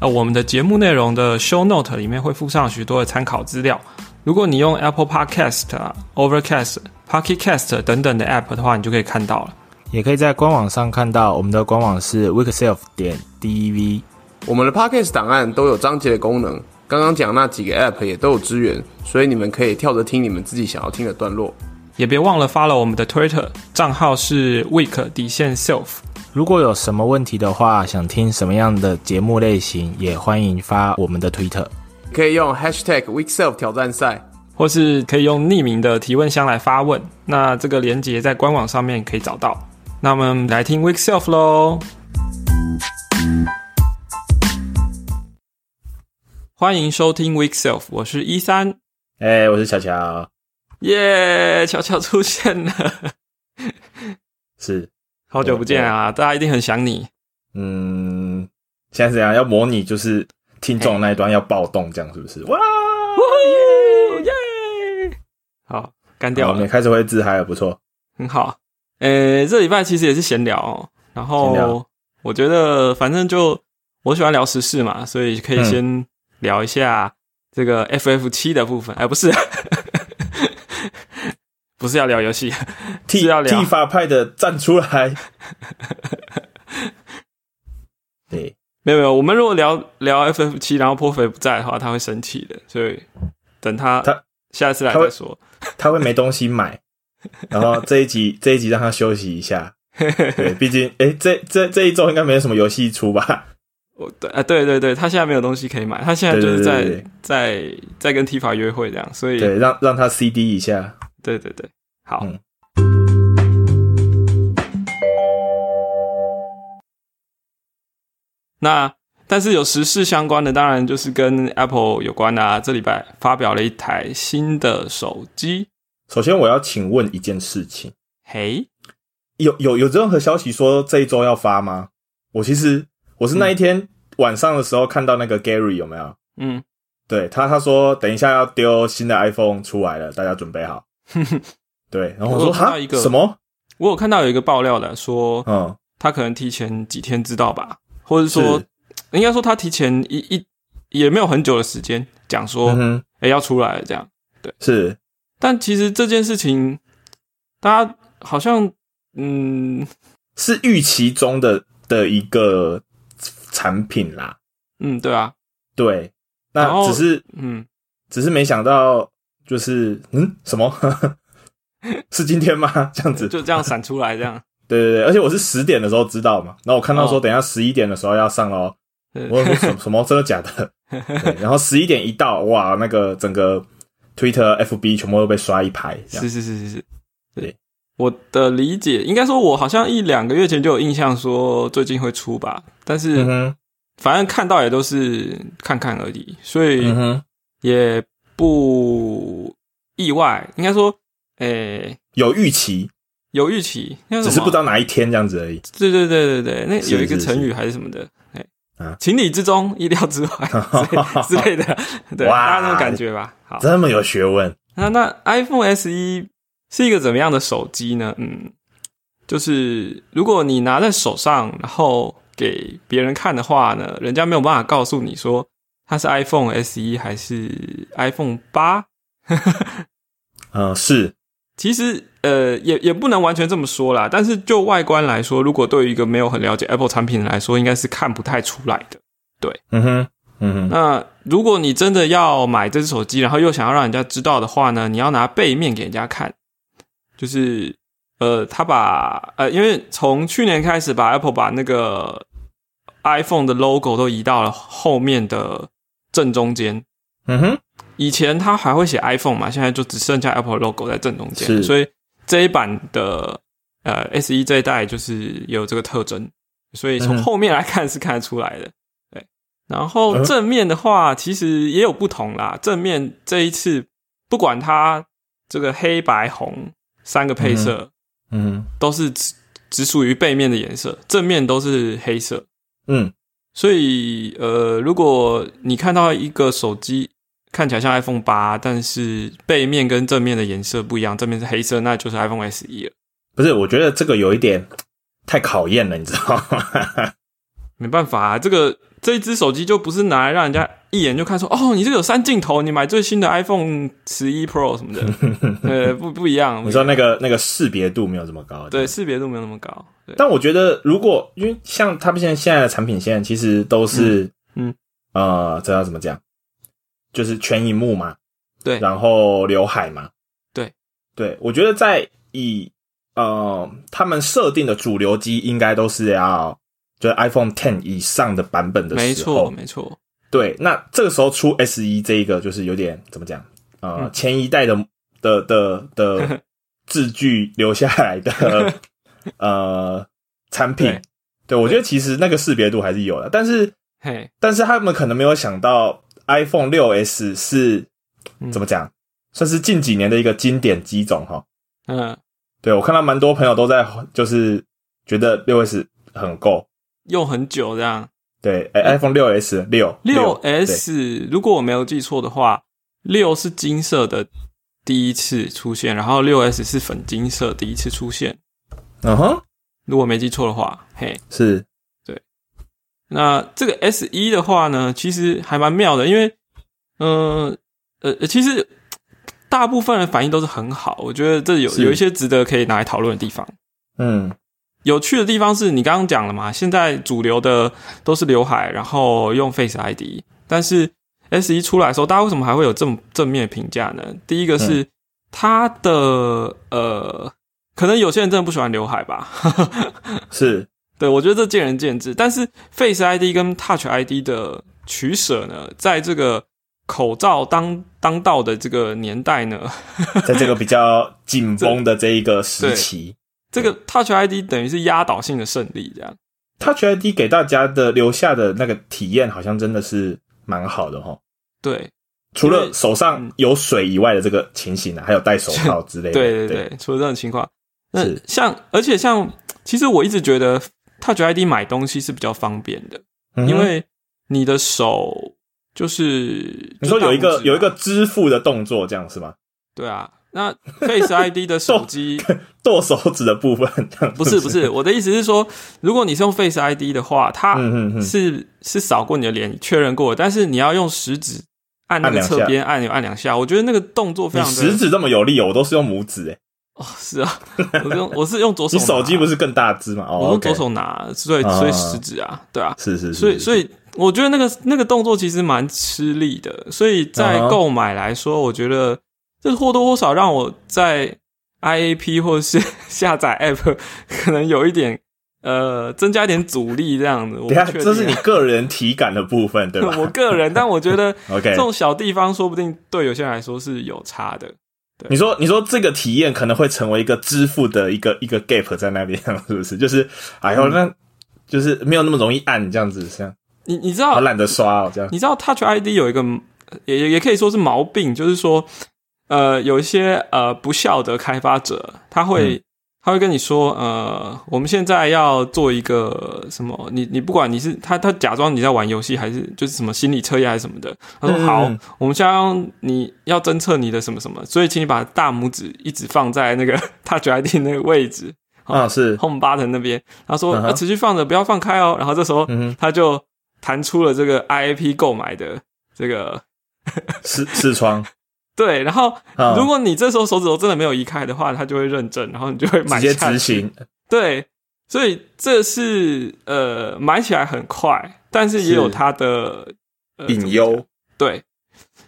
呃，我们的节目内容的 show note 里面会附上许多的参考资料。如果你用 Apple Podcast 啊、Overcast、Pocket Cast 等等的 app 的话，你就可以看到了。也可以在官网上看到，我们的官网是 weekself 点 E dev。我们的 Podcast 档案都有章节的功能，刚刚讲那几个 App 也都有支援，所以你们可以跳着听你们自己想要听的段落。也别忘了发了我们的 Twitter 账号是 week 底线 self。如果有什么问题的话，想听什么样的节目类型，也欢迎发我们的 Twitter。可以用 Hashtag WeekSelf 挑战赛。或是可以用匿名的提问箱来发问。那这个连接在官网上面可以找到。那我们来听 Week Self 喽。欢迎收听 Week Self，我是一三，哎、我是巧巧，耶，巧巧出现了， 是，好久不见啊，大家一定很想你。嗯，现在怎样？要模拟就是听众那一端要暴动，这样是不是？哇！呜哦耶！好，干掉我们了哦也，开始会自嗨了，不错。很好。呃，这礼拜其实也是闲聊哦，然闲后聊我觉得反正就我喜欢聊时事嘛，所以可以嗯先聊一下这个 FF 七的部分。哎、不是， 不是要聊游戏，替是要聊替法派的站出 来。对，没有没有，我们如果聊聊 FF 七，然后泼肥不在的话，他会生气的，所以等他他下次来他会再说。他会没东西买，然后这一集这一集让他休息一下。对，毕竟哎、诶这这这一周应该没有什么游戏出吧？ 我对啊，对对对，他现在没有东西可以买，他现在就是对对在对对在在跟 Tifa 约会这样，所以对，让让他 CD 一下。对对对，好。嗯那但是有时事相关的，当然就是跟 Apple 有关啊。这礼拜发表了一台新的手机，首先，我要请问一件事情：嘿，有有有任何消息说这一周要发吗？我其实我是那一天晚上的时候看到那个 Gary 有没有？嗯，对他他说等一下要丢新的 iPhone 出来了，大家准 备好。对，然后我我有说看到哈一个什么？我有看到有一个爆料的说，嗯，他可能提前几天知道吧，或者说是应该说他提前一一也没有很久的时间讲说，嗯哎、哼，要出来了这样。是但其实这件事情，大家好像嗯是预期中的的一个产品啦。嗯，对啊，对，然后那只是嗯，只是没想到，就是嗯什么？ 是今天吗？这样子，就这样闪出来 这样。对对对，而且我是十点的时候知道嘛，然后我看到哦说等一下十一点的时候要 上咯，对我说什么什么真的假 的？对然后十一点一到，哇，那个整个 Twitter、FB 全部都被刷一排，这样是是是是是，对。我的理解应该说，我好像一两个月前就有印象说最近会出吧，但嗯是哼，反正看到也都是看看而已，所以嗯哼，也不意外。应该说，诶、有预期，有预期，应该只什是么不知道哪一天这样子而已。对对对对对，那是有一个是成语还是什么的，哎、啊情理之中，意料之外之类之类的，对，大哇家那种感觉吧。好，这么有学问，那那 iPhone SE 是一个怎么样的手机呢？嗯，就是如果你拿在手上，然后给别人看的话呢，人家没有办法告诉你说它是 iPhone SE 还是 iPhone 八。嗯，是其实呃，也也不能完全这么说啦。但是就外观来说，如果对于一个没有很了解 Apple 产品的人来说，应该是看不太出来的。嗯哼，嗯哼，那如果你真的要买这只手机，然后又想要让人家知道的话呢，你要拿背面给人家看，就是呃，他把呃，因为从去年开始把 Apple 把那个 iPhone 的 logo 都移到了后面的正中间，嗯哼，以前它还会写 iPhone 嘛，现在就只剩下 Apple logo 在正中间，是所以这一版的呃 S 1这一代就是有这个特征，所以从嗯哼后面来看是看得出来的。然后嗯正面的话，其实也有不同啦。正面这一次，不管它这个黑白红三个配色，嗯都是只只属于背面的颜色，正面都是黑色。嗯所以，呃，如果你看到一个手机看起来像 iPhone 八，但是背面跟正面的颜色不一样，正面是黑色，那就是 iPhone SE 了。不是，我觉得这个有一点太考验了，你知道吗？ 没办法、啊，这个这一只手机就不是拿来让人家一眼就看说，哦，你这个有三镜头，你买最新的 iPhone 十一 Pro 什么的， 呃，不不一样。你说那个那个识别度没有这么高，对识别度没有那么高，对，但我觉得，如果因为像他们现在现在的产品线，其实都是嗯呃，这要怎么讲？就是全荧幕嘛，对然后刘海嘛，对对，我觉得在以呃他们设定的主流机，应该都是要就是 iPhone Ten 以上的版本的没时候，错没错，对，那这个时候出 S 一这一个就是有点怎么讲？呃，嗯前一代的的的 的字句留下来的呃产品，对对我觉得其实那个识别度还是有的，但是嘿，但是他们可能没有想到 iPhone 六 S 是嗯怎么讲，算是近几年的一个经典机种哈。嗯，对我看到蛮多朋友都在就是觉得六 S 很够，用很久这样。对，哎、i p h o n e 六 S 六嗯六对 S 如果我没有记错的话，六是金色的第一次出现，然后六 S 是粉金色第一次出现，嗯哼，如果没记错的话，嘿，是那这个 S 一的话呢，其实还蛮妙的，因为，嗯呃呃，其实大部分的反应都是很好，我觉得这有是有一些值得可以拿来讨论的地方。嗯。有趣的地方是你刚刚讲了嘛，现在主流的都是刘海，然后用 Face ID，但是 S 一出来的时候，大家为什么还会有正正面的评价呢？第一个是它的、呃，可能有些人真的不喜欢刘海吧， 是，对，我觉得这见仁见智。但是 Face ID 跟 Touch ID 的取舍呢，在这个口罩当当道的这个年代呢，在这个比较紧绷的这一个时期这个 Touch ID 等于是压倒性的胜利，这样。 ，Touch ID 给大家的留下的那个体验，好像真的是蛮好的哈。对除因了为手上有水以外的这个情形呢、啊，还有戴手套之类的。对对对，对，除了这种情况，那是像而且像，其实我一直觉得 Touch ID 买东西是比较方便的，嗯哼因为你的手就是你说有一就大拇个指嘛有一个支付的动作，这样是吗？对啊，那 Face ID 的手机。剁手指的部分，这样不是不是，我的意思是说，如果你是用 Face ID 的话，它 嗯嗯嗯是是扫过你的脸确认过的，但是你要用食指按那按个两下侧边按钮按两下，我觉得那个动作非你常的食指这么有力哦，我都是用拇指诶。哦，是啊，我是用我是用左手你拿，手机不是更大只吗？哦，我用 OK 左手拿，所以所以食指啊，对啊，是是是，所以所以以我觉得那个那个动作其实蛮吃力的，所以在嗯哼购买来说，我觉得这或多或少让我在 IAP 或是 下载 App 可能有一点呃增加一点阻力这样子。我不等一下确定啊 这是你个人体感的部分对吧我个人，但我觉得 ？OK，这种小地方说不定对有些人来说是有差的。你说，你说这个体验可能会成为一个支付的一个一个 gap 在那边，是不是？就是，哎呦，那就是没有那么容易按这样子，这样你你知道好懒得刷哦，这样。你知道 Touch ID 有一个呃也也也可以说是毛病，就是说，呃，有一些呃不孝的开发者，他会、嗯他会跟你说，呃，我们现在要做一个什么，你你不管你是他他假装你在玩游戏，还是就是什么心理测验还是什么的，他说、嗯好嗯，我们现在要你要侦测你的什么什么，所以请你把大拇指一直放在那个 Touch ID 那个位置，啊、是 home button 那边，然后说、嗯哼要持续放着，不要放开哦。然后这时候、嗯哼他就弹出了这个 IAP 购买的这个视视 窗，对，然后、啊如果你这时候手指头真的没有移开的话，他就会认证，然后你就会买直接下去执行，对，所以这是呃买起来很快，但是也有是它的呃隐忧。对，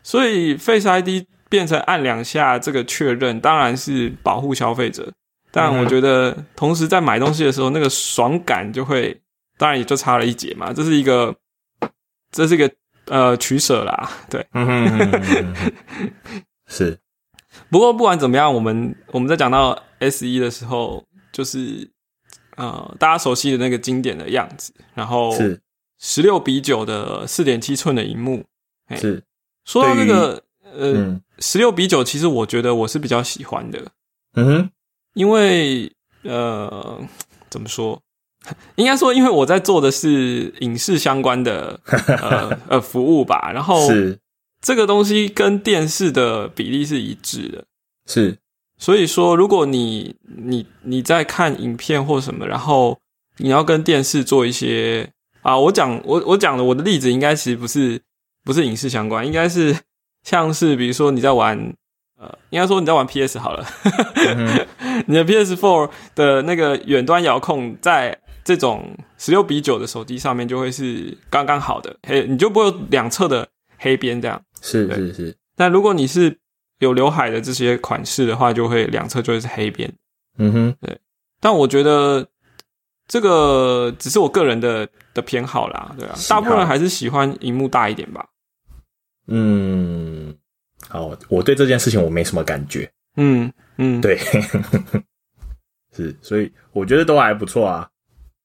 所以 Face ID 变成按两下这个确认，当然是保护消费者，但我觉得同时在买东西的时候，那个爽感就会，当然也就差了一截嘛。这是一个，这是一个呃取舍啦，对。嗯哼嗯哼嗯哼， 是不过不管怎么样，我们我们在讲到 S 一的时哦候，就是呃大家熟悉的那个经典的样子，然后是，十六比九的四点七寸的荧幕。嘿是，说到这个，呃，嗯十六比九，其实我觉得我是比较喜欢的，嗯哼，因为呃，怎么说？应该说，因为我在做的是影视相关的呃呃服务吧，然后是这个东西跟电视的比例是一致的，是，所以说，如果你你你在看影片或什么，然后你要跟电视做一些啊，我讲我我讲的我的例子应该其实不是不是影视相关，应该是像是比如说你在玩呃，应该说你在玩 PS 好了， 嗯 哼，你的 PS4 的那个远端遥控在这种十六比九的手机上面就会是刚刚好的，嘿，你就不会有两侧的黑边这样。是对是是，那如果你是有刘海的这些款式的话，就会两侧就会是黑边。嗯哼，但我觉得这个只是我个人的的偏好啦，对啊，喜好大部分人还是喜欢荧幕大一点吧。嗯，好，我我对这件事情我没什么感觉，嗯嗯，对， 是，所以我觉得都还不错啊，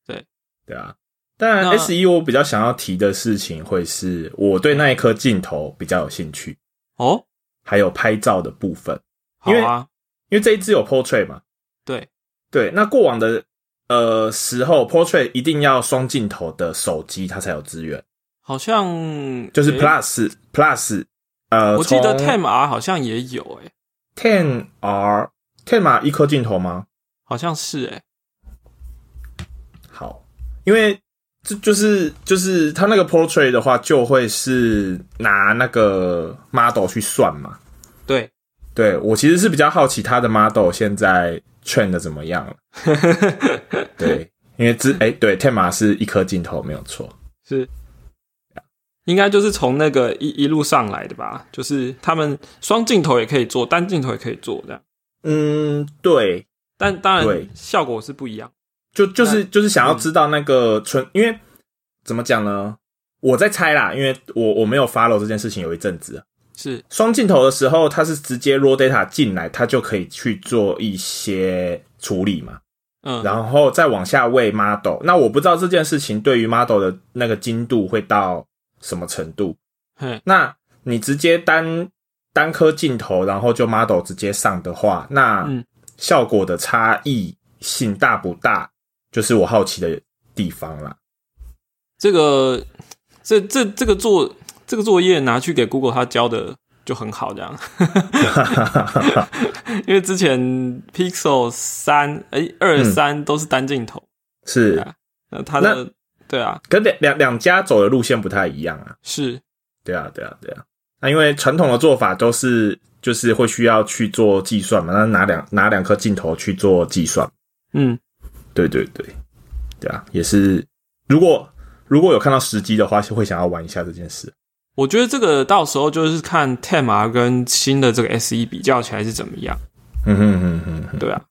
对，对啊。当然那，S E 一我比较想要提的事情会是我对那一颗镜头比较有兴趣，哦，还有拍照的部分，好因为啊，因为这一支有 portrait 嘛，对，对，那过往的呃时候，portrait 一定要双镜头的手机它才有资源，好像就是诶 Plus、Plus 呃，我记得从 Time R 好像也有欸诶、 Ten R Ten 嘛一颗镜头吗？好像是诶、欸好，因为这就是就是它那个 portrait 的话，就会是拿那个 model 去算嘛。对， 对我其实是比较好奇它的 model 现在 train 的怎么样了。对，因为之哎、对 Ten 嘛是一颗镜头没有错。是。应该就是从那个一一路上来的吧，就是他们双镜头也可以做，单镜头也可以做这样，嗯，对，但当对然效果是不一样。就就是就是想要知道那个纯，因为怎么讲呢？我在猜啦，因为我我没有 follow 这件事情有一阵子了。是双镜头的时候，它是直接 raw data 进来，它就可以去做一些处理嘛，嗯，然后再往下喂 model。那我不知道这件事情对于 model 的那个精度会到什么程度。嘿，那你直接单单颗镜头，然后就 model 直接上的话，那嗯效果的差异性大不大？就是我好奇的地方啦。这个这这这个作这个作业拿去给 Google，他教的就很好，这样。因为之前 Pixel 三哎二嗯三都是单镜头，是，那它的对啊跟两两两家走的路线不太一样啊。是对啊，对啊，对啊。那因为传统的做法都是就是会需要去做计算嘛，那拿两拿两颗镜头去做计算。嗯对对对，对啊，也是。如果如果有看到时机的话，是会想要玩一下这件事。我觉得这个到时候就是看 t e m R 跟新的这个 S E 一比较起来是怎么样，嗯哼哼哼哼。对啊。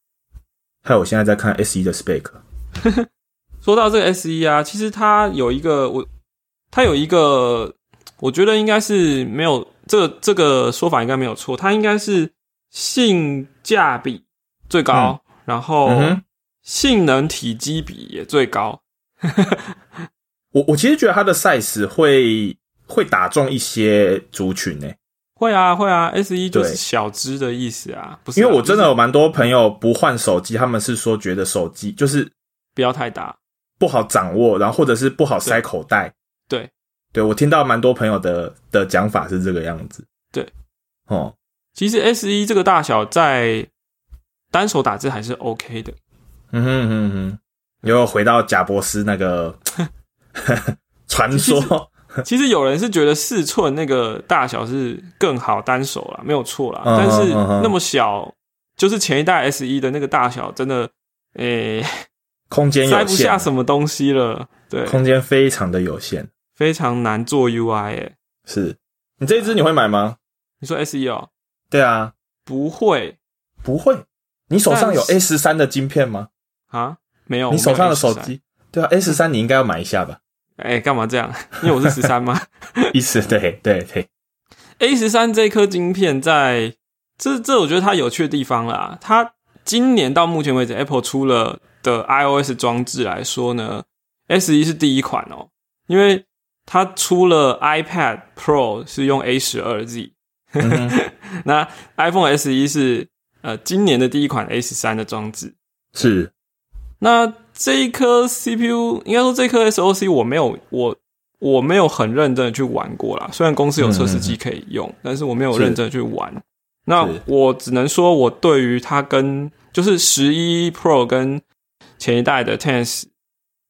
还有我现在在看 S E 一的 spec，说到这个 S 一啊，其实它有一个我，它有一个，我觉得应该是没有这个这个说法应该没有错，它应该是性价比最高，然后嗯哼性能体积比也最高。 我我其实觉得它的 size 会会打中一些族群欸呢、会啊会啊，S 一就是对小只的意思啊，不是因啊、为我真的就是有蛮多朋友不换手机，他们是说觉得手机就是不要太大，不好掌握，然后或者是不好塞对口袋。对，对我听到蛮多朋友的的讲法是这个样子。对，哦，其实 S 一这个大小在单手打字还是 OK 的，嗯哼嗯哼嗯哼，又回到贾博士 那个传说，其实有人是觉得四寸那个大小是更好单手啦，没有错啦。嗯哼但是嗯哼那么小，就是前一代 S 一的那个大小，真的，诶、空间塞有不下限，什么东西了。对，空间非常的有限。非常难做 UI 诶、是你这一支你会买吗？你说 S 一哦，对啊，不会不会。你手上有但 A 十三的晶片吗？啊？没有，你手上的我没有手 S13，机？对啊，A 十三你应该要买一下吧？哎、干嘛这样？因为我是十三吗意思对对对， ？A 十三这颗晶片在这这，我觉得它有趣的地方啦。它今年到目前为止，Apple 出了的 iOS 装置来说呢，S 一是第一款哦、因为它出了 iPad Pro 是用 A 十二 Z，那嗯 iPhone S 一是呃今年的第一款 A 十三的装置。是那这一颗 CPU，应该说这颗 SOC 我没有我我没有很认真的去玩过啦。虽然公司有测试机可以用，但是我没有认真的去玩。那是我只能说，我对于它跟就是十一 Pro 跟前一代的 Ten S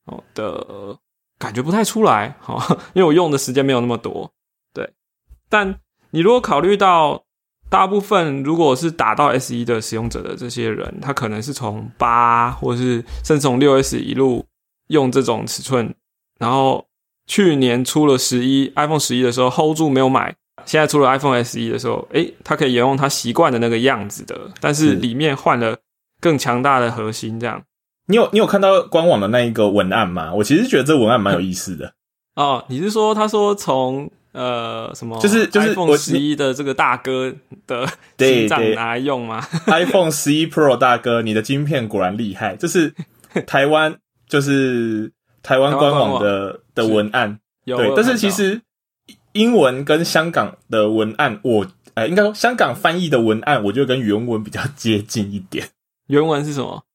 哦的感觉不太出来，好、因为我用的时间没有那么多。对，但你如果考虑到大部分如果是打到 S E 一的使用者的这些人，他可能是从八或是甚至从六 S E 一路用这种尺寸，然后去年出了十一 iPhone 十一的时候 hold 住没有买，现在出了 iPhone S E 一的时候，诶，它可以沿用它习惯的那个样子的，但是是里面换了更强大的核心，这样你有你有看到官网的那一个文案吗？我其实觉得这文案蛮有意思的，哦，你是说他说从呃什么就是就是 iPhone 我十一的这个大哥的对心脏对拿来用吗？ iPhone 十一 Pro 大哥，你的晶片果然厉害，这是台湾就是台湾官网的的文案，有对我，有但是看其到实英文跟香港的文案，我呃应该说香港翻译的文案，我觉得跟原文比较接近一点。原文是什么？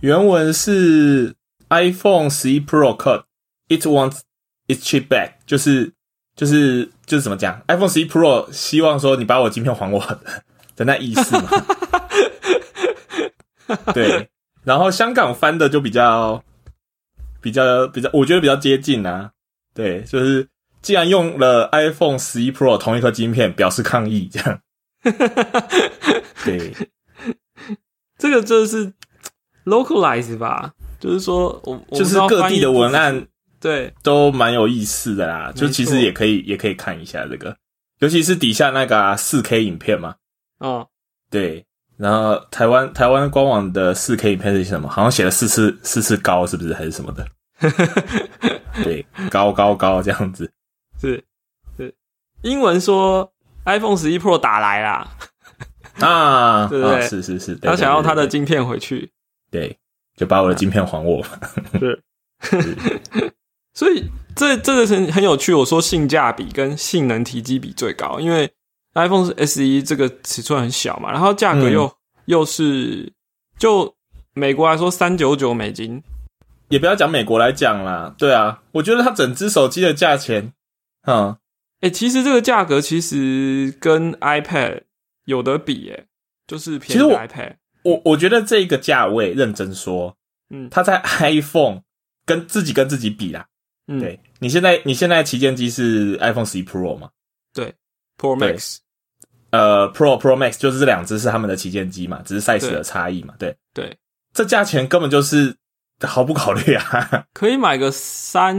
原文是 iPhone 十一 Pro Cut it wants its chip back，就是就是就是怎么讲，iPhone 十一 Pro 希望说你把我晶片还我的那意思 嘛。对，然后香港翻的就比较比较比较，我觉得比较接近啊。对，就是既然用了 iPhone 十一 Pro 同一颗晶片，表示抗议这样。对，这个就是 localize 吧，就是说我我不就知是道各翻地译的文不是案对都蛮有意思的啦，错就其实也可以也可以看一下这个，尤其是底下那个啊四、K 影片嘛，哦， 对，然后台湾台湾官网的四 K 影片是什么？好像写了四次四次高是不是还是什么的？对， 高高高这样子，是是英文说 iPhone 十一 Pro 打来啦，啊，对对啊对是是是，对他想要他的对晶片回去，对对，就把我的晶片还我， 是，所以这这个是很有趣。我说性价比跟性能提基比最高，因为 iPhone S 一这个尺寸很小嘛，然后价嗯格又、又是就美国来说三九九美金，也不要讲美国来讲啦，对啊，我觉得它整只手机的价钱，嗯，哎、其实这个价格其实跟 iPad 有得比、欸，就是其便实宜我的 iPad，我我觉得这个价位，认真说，嗯它在 iPhone 跟自己跟自己比啦。嗯，对你现在你现在旗舰机是 iPhone 十一 Pro 嘛？ ，Pro 对 Max，呃，Pro Pro Max 就是这两只是他们的旗舰机嘛，只是 size 对的差异嘛。对，对，这价钱根本就是毫不考虑啊。 可以买个三，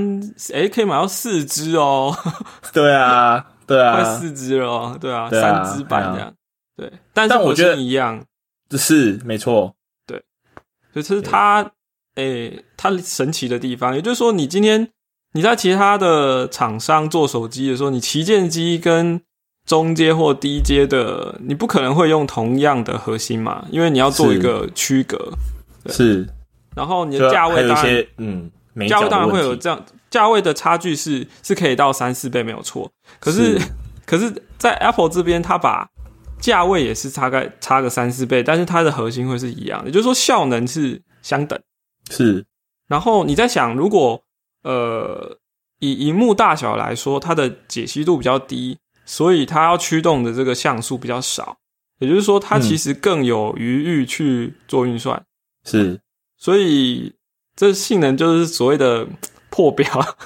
哎、可以买到四只哦， 对啊，对快啊，四只了哦，对啊，对啊三只版这样，对，但是但我觉得核心一样，是没错，就是它，诶、它神奇的地方，也就是说，你今天你在其他的厂商做手机的时候，你旗舰机跟中阶或低阶的，你不可能会用同样的核心嘛，因为你要做是一个区隔，是然后你就的价位还有一当然些嗯，美价角位当的然会有问题。这样价位的差距是是可以到三四倍没有错，可是是可是在 Apple 这边，它把价位也是大概差个三四倍，但是它的核心会是一样的，也就是说效能是相等。是然后你在想，如果呃以荧幕大小来说，它的解析度比较低，所以它要驱动的这个像素比较少，也就是说它嗯其实更有余裕去做运算，是，所以这性能就是所谓的破表。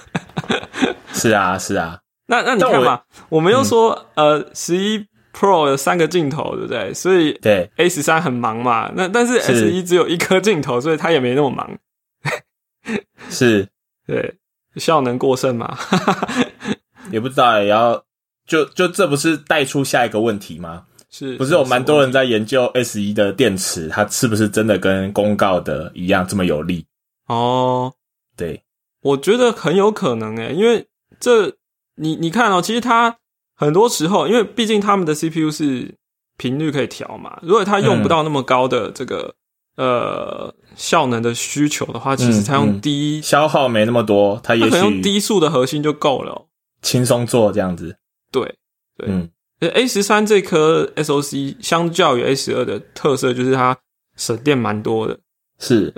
是啊，是啊，那那你但看我嗯嘛，我们又说、呃，十一 Pro 有三个镜头，对不对？所以对， A 十三很忙嘛。那但是 S 是一只有一颗镜头，所以它也没那么忙。是对，效能过剩嘛。 也不知道也要就就这不是带出下一个问题吗？是不是有蛮多人在研究 S 一的电池，它是不是真的跟公告的一样这么有力？哦？对，我觉得很有可能诶，因为这你你看哦，其实它很多时候，因为嗯毕竟他们的 CPU 是频率可以调嘛，如果它用不到那么高的这个呃效能的需求的话，其实它用嗯低，消耗没那么多，它它也可能用许低速的核心就够了哦、轻松做这样子。对对嗯， A 十三这颗 SOC 相较于 A 十二的特色就是它省电蛮多的，是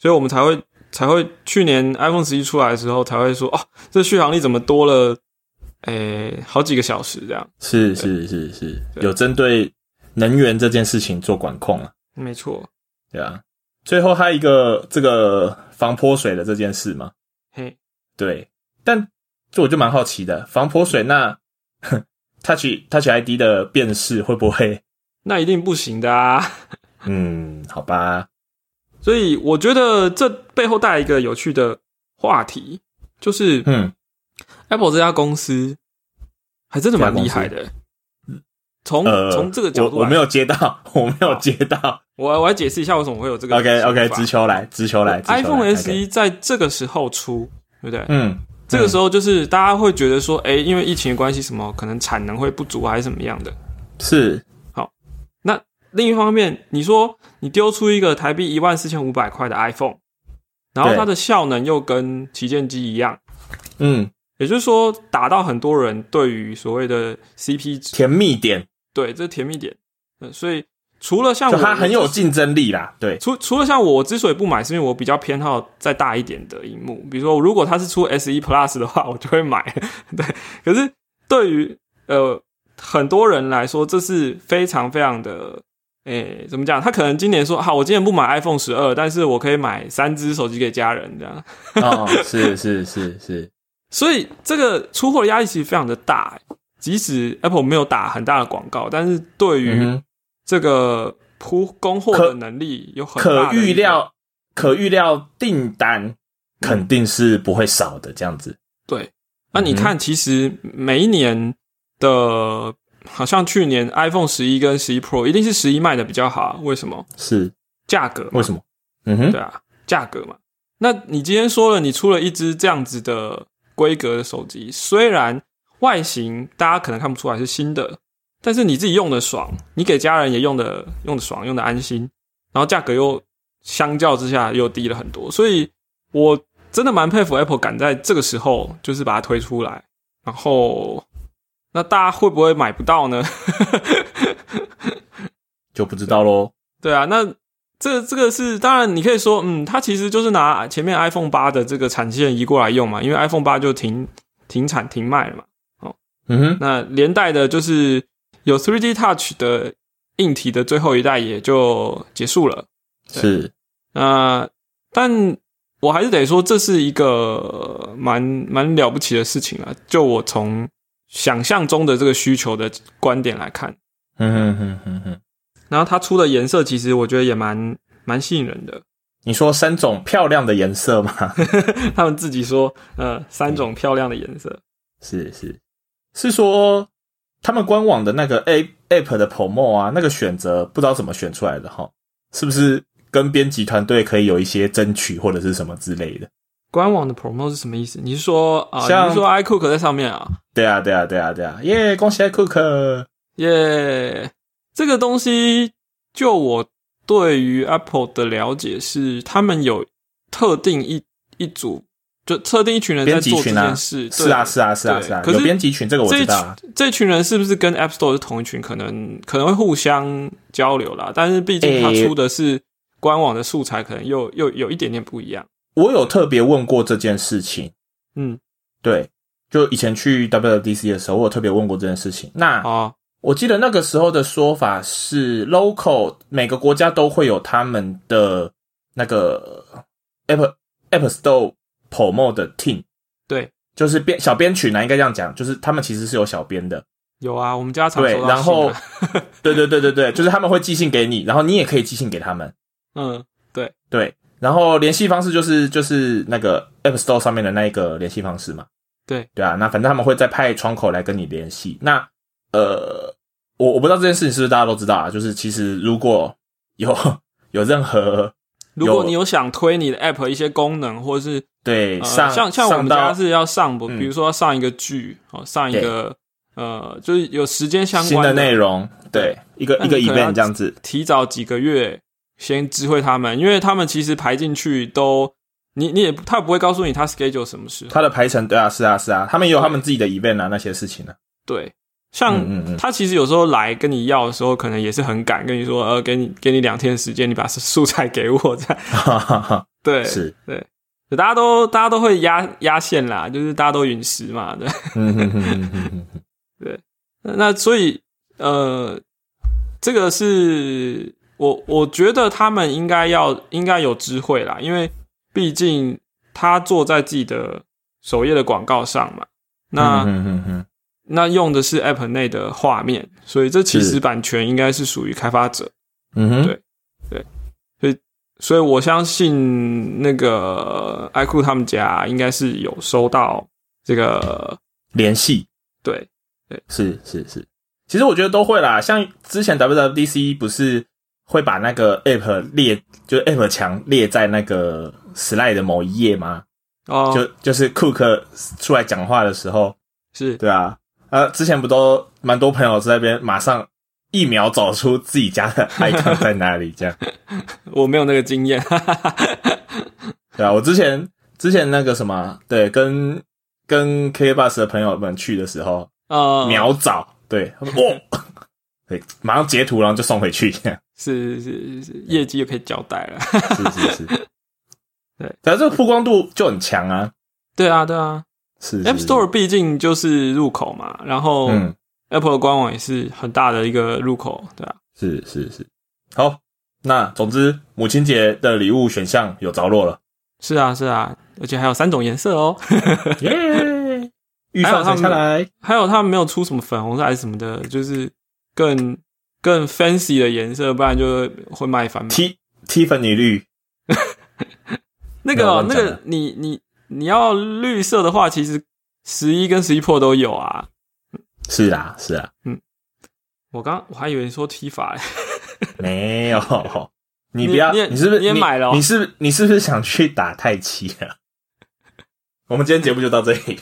所以我们才会才会去年 iPhone 十一出来的时候才会说哦，这续航力怎么多了，诶、好几个小时这样。是是是是，对有针对能源这件事情做管控啊，没错，对啊。最后还有一个这个防泼水的这件事嘛，嘿，对，但这我就蛮好奇的，防泼水那 Touch Touch ID 的辨识会不会？那一定不行的啊。 嗯，好吧，所以我觉得这背后带来一个有趣的话题，就是嗯， Apple 这家公司还真的蛮厉害的、从呃，从、这个角度我我来没有接到，我没有接到。我我来解释一下为什么会有这个 OK OK，想法直球来，直球来直球来 iPhone OK SE 在这个时候出，对不对？嗯，这个时候候就是大家会觉得说，哎、因为疫情的关系，什么可能产能会不足还是怎么样的。是另一方面，你说你丢出一个台币一万四千五百块的 iPhone，然后对它的效能又跟旗舰机一样，嗯也就是说打到很多人对于所谓的 CP 值，甜蜜点，对，这是甜蜜点。嗯，所以除了像就我它很有竞争力啦。 对，除除了像我，我之所以不买，是因为我比较偏好再大一点的荧幕。比如说，如果它是出 S e Plus 的话，我就会买。 对，可是对于呃很多人来说，这是非常非常的，诶、怎么讲？他可能今年说，好，我今年不买 iPhone 十二，但是我可以买三只手机给家人这样。哦，是是是是，所以这个出货的压力其实非常的大、即使 Apple 没有打很大的广告，但是对于嗯这个铺供货可的能力有哼，很大可的影响预料可预料订单肯嗯定是不会少的，这样子。对，那你看，其实每一年的，好像去年 iPhone 十一跟十一 Pro 一定是十一卖的比较好啊，为什么？是价格嘛为，什么？嗯哼，对啊，价格嘛。那你今天说了，你出了一只这样子的规格的手机，虽然外形大家可能看不出来是新的，但是你自己用的爽，你给家人也用的用的爽，用的安心，然后价格又相较之下又低了很多，所以我真的蛮佩服 Apple 敢在这个时候就是把它推出来，然后那大家会不会买不到呢？ 就不知道喽。对啊，那这这个是当然，你可以说，嗯，它其实就是拿前面 iPhone 八的这个产线移过来用嘛，因为 iPhone 八就停停产停卖了嘛。嗯哼，那连带的就是有 3D Touch 的硬体的最后一代也就结束了。对是那但我还是得说，这是一个蛮蛮了不起的事情啊。就我从想象中的这个需求的观点来看，嗯哼哼哼哼，然后它出的颜色其实我觉得也蛮蛮吸引人的。你说三种漂亮的颜色吗？他们自己说，呃，三种漂亮的颜色。是是是说他们官网的那个 A app 的 promo 啊，那个选择不知道怎么选出来的哈，是不是跟编辑团队可以有一些争取或者是什么之类的？官网的 promo 是什么意思？你是说啊、像你是说 iCook 在上面啊？对啊对啊对啊对啊，耶、恭喜 Cook！耶、这个东西，就我对于 Apple 的了解是，他们有特定一一组，就特定一群人在编辑做这群啊件事。是啊是啊是啊对是啊，可是有编辑群这个我这知一群道啊，这群人是不是跟 App Store 是同一群？可能可能会互相交流啦，但是毕竟它诶出的是官网的素材，可能又又有一点点不一样。我有特别问过这件事情，嗯，对，就以前去 WWDC 的时候，我有特别问过这件事情。那哦，我记得那个时候的说法是，local 每个国家都会有他们的那个 app app store promo 的 team，对，就是编小编曲呢，应该这样讲，就是他们其实是有小编的，有啊，我们家常对收，到然信后啊 对对对对对，就是他们会寄信给你，然后你也可以寄信给他们， 嗯，对，然后联系方式就是就是那个 app store 上面的那一个联系方式嘛，对对啊，那反正他们会再派窗口来跟你联系。那呃，我我不知道这件事情是不是大家都知道啊，就是其实如果有有任何如果有你有想推你的 app 一些功能，或者是、对呃、上像像我上们家到是要上播，嗯比如说要上一个剧，哦，上一个呃，就是有时间相新关的内容，对一个那一个你可能要 event 这样子，提早几个月先知会他们，因为他们其实排进去都，你你也他不会告诉你他 schedule 什么时候。它的排程对啊，是啊是啊，他们也有他们自己的 event 啊那些事情啊。对，像嗯嗯嗯他其实有时候来跟你要的时候，可能也是很赶，跟你说呃，给你给你两天时间，你把素材给我这样。哈哈哈，对，是，大家都大家都会压压线啦，就是大家都陨石嘛，对。嗯哼哼哼哼哼哼那那所以呃，这个是我我觉得他们应该要应该有智慧啦，因为毕竟他坐在自己的首页的广告上嘛，那、嗯哼哼哼那用的是 App 内的画面，所以这其实是版权应该是属于开发者，嗯哼，对所以我相信那个 iQOO 他们家应该是有收到这个联系对是是是，其实我觉得都会啦。像之前 WWDC 不是会把那个 App 列，就是 App 墙列在那个 slide 的某一页吗？哦，就就是 Cook 出来讲话的时候，是对啊，呃，之前不都蛮多朋友在那边马上一秒找出自己家的 icon 在哪里，这样我没有那个经验， 哈哈哈对啊，我之前之前那个什么，对，跟跟 K Bus 的朋友们去的时候，呃，秒找，对，他们哦， 对，马上截图，然后就送回去，这样。是是是是，业绩就可以交代了。 是是是，对，反正这个曝光度就很强啊。对啊，对啊是，App Store 哦毕竟就是入口嘛，然后嗯， Apple 的官网也是很大的一个入口，对啊，是是是，好，那总之母亲节的礼物选项有着落了，是啊，是啊，而且还有三种颜色哦， 耶！预还有算他们省下来，还有他们没有出什么粉红色还是什么的，就是更更 fancy 的颜色，不然就会卖翻 嘛。提提粉你绿，那个没有哦乱那讲个的，你你你要绿色的话，其实十一跟十一 Pro 都有啊。是啊是啊，我刚我还以为你说 T 法、 欸，没有，你你不要，你也你是不是你也买了哦你是不是你是不是想去打太极啊？ 我们今天节目就到 这里，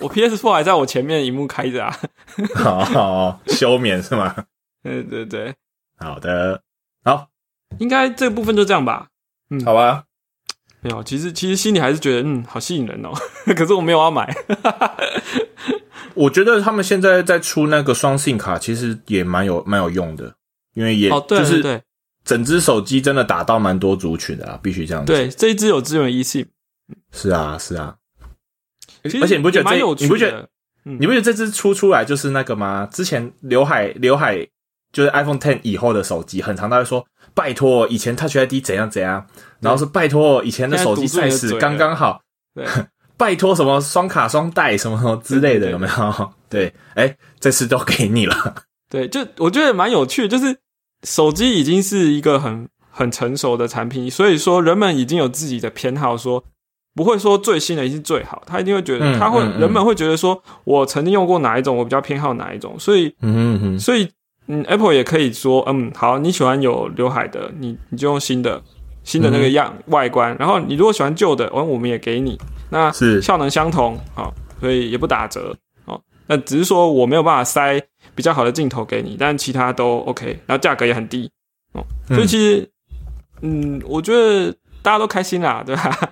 我 PS4 还在我前面荧幕开着啊。 好，休眠是吗？对对对，好的，好，应该这部分就这样吧。好吧，没有，其实其实心里还是觉得，嗯，好吸引人哦。 可是我没有要买。 我觉得他们现在在出那个双 SIM 卡，其实也蛮有蛮有用的，因为也、哦，对就对是对整只手机真的打到蛮多族群的啊，必须这样子。，对，这一支有支援 eSIM，是啊，是啊。其实而且你不觉得蛮这有趣嗯你不觉得？你不觉得这只出出来就是那个吗？之前刘海刘海就是 iPhone Ten 以后的手机，很常他会说拜托，以前 Touch ID 怎样怎样，然后是拜托以前的手机现在堵住赛你的事嘴刚刚好，对，拜托什么双卡双待什么什么之类对的，对对有没有？ 对，哎、这次都给你了。对，就我觉得蛮有趣的，就是手机已经是一个很很成熟的产品，所以说人们已经有自己的偏好说。不会说最新的一定是最好，他一定会觉得，嗯他会、嗯嗯人们会觉得说，我曾经用过哪一种，我比较偏好哪一种，所以嗯哼所以，嗯，Apple 也可以说，嗯，好，你喜欢有刘海的，你你就用新的，新的那嗯个样、外观。然后你如果喜欢旧的，嗯，我们也给你。那是效能相同，好、所以也不打折，哦。那只是说我没有办法塞比较好的镜头给你，但其他都 OK，然后价格也很低，哦。所以嗯其实，嗯，我觉得大家都开心啦，对吧？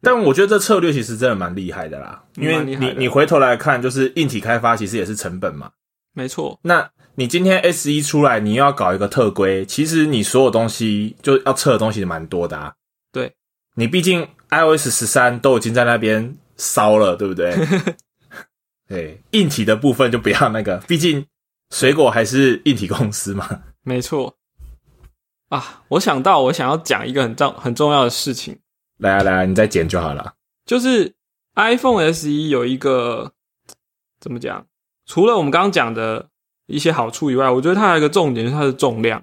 但我觉得这策略其实真的蛮厉害的啦，因为嗯蛮厉你害的你回头来看，就是硬体开发其实也是成本嘛。没错， 那你今天 S 一出来，你又要搞一个特规，其实你所有东西就要测的东西蛮多的啊。对，你毕竟 iOS 十三都已经在那边烧了，对 不对？对，硬体的部分就不要那个，毕竟水果还是硬体公司嘛。 没错。啊，我想到我想要讲一个很重很重要的事情。来啊来啊，你再剪就好了。就是 iPhone S e 有一个怎么讲？除了我们刚刚讲的一些好处以外，我觉得它还有一个重点就是它的重量。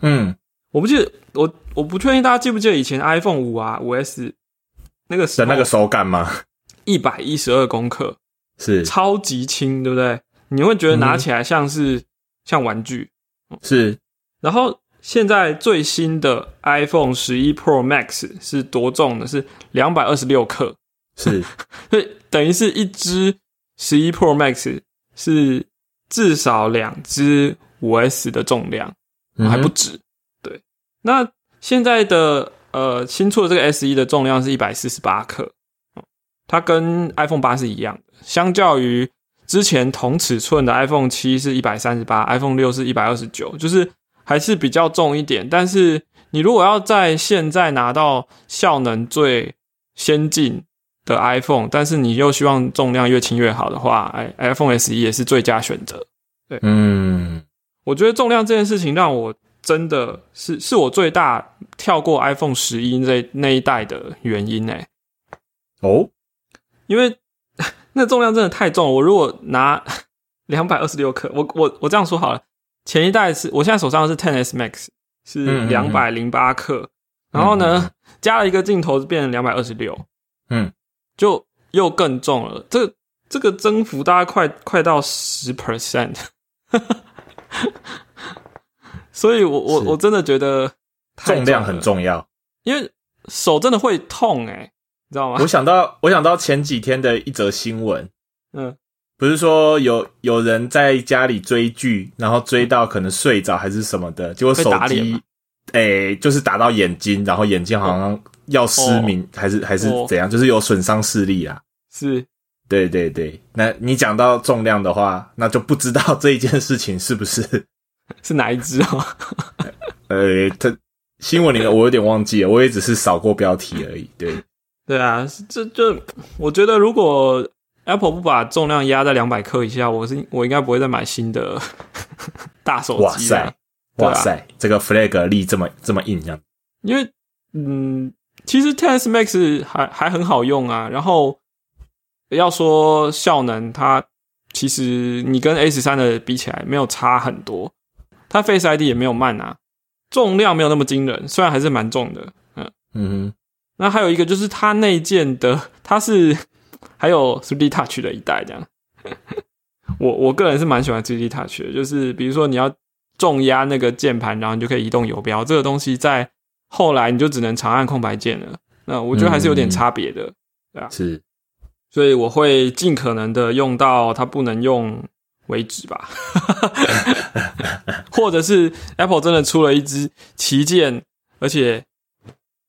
嗯，我不记得，我我不确定大家记不记得以前 iPhone 五啊五 S 那个时的候那个手感吗？一百一十二公克，是超级轻，对不对？你会觉得拿起来像是、像玩具。是，然后现在最新的 iPhone 十一 Pro Max 是多重的？是两百二十六克。 是，所以等于是一只十一 Pro Max 嗯是至少两只五 S 的重量，还不止。那现在的呃新出的这个 S 一的重量是一百四十八克，哦它跟 iPhone 八是一样的。相较于之前同尺寸的 iPhone 七是一百三十八，iPhone 六是一百二十九，就是还是比较重一点。但是你如果要在现在拿到效能最先进的 iPhone，但是你又希望重量越轻越好的话，哎，iPhone S 一也是最佳选择。嗯，我觉得重量这件事情让我真的是是我最大跳过 iPhone 十一这那一代的原因哎、哦，因为 那重量真的太重了。我如果拿 两百二十六克，我我我这样说好了，前一代是我现在手上的是 Ten S Max 是嗯嗯两百零八克，然后呢加了一个镜头就变成两百二十六，嗯，就又更重了。这这个增幅大概快快到十 percent，所以我我是我真的觉得太重量很了，重要。因为手真的会痛哎、你知道吗我？想到，我想到前几天的一则新闻，嗯，不是说有有人在家里追剧，然后追到可能睡着还是什么的，结果被手打脸机吗，诶、就是打到眼睛，然后眼睛好像要失明，还是还是哦怎样，就是有损伤视力啦。是。对对对，那你讲到重量的话，那就不知道这一件事情是不是， 是哪一只啊？呃，它新闻里面我有点忘记了，我也只是扫过标题而已。对，对啊，这这，我觉得如果 Apple 不把重量压在两百克以下，我是我应该不会再买新的 大手哇机了塞。，对啊哇塞，这个 flag 力这么这么硬，这样因为嗯，其实 t e s Max 还还很好用啊。然后要说效能，它其实你跟 A 十三的比起来没有差很多，它 Face ID 也没有慢啊，重量没有那么惊人，虽然还是蛮重的，嗯。嗯哼，那还有一个就是它内建的， 它是还有 3D Touch 的一代这样。 我我个人是蛮喜欢 3D Touch 的，就是比如说你要重压那个键盘，然后你就可以移动游标，这个东西在后来你就只能长按空白键了。那我觉得还是有点差别的，是所以我会尽可能的用到它不能用为止吧， 或者是 Apple 真的出了一支旗舰，而且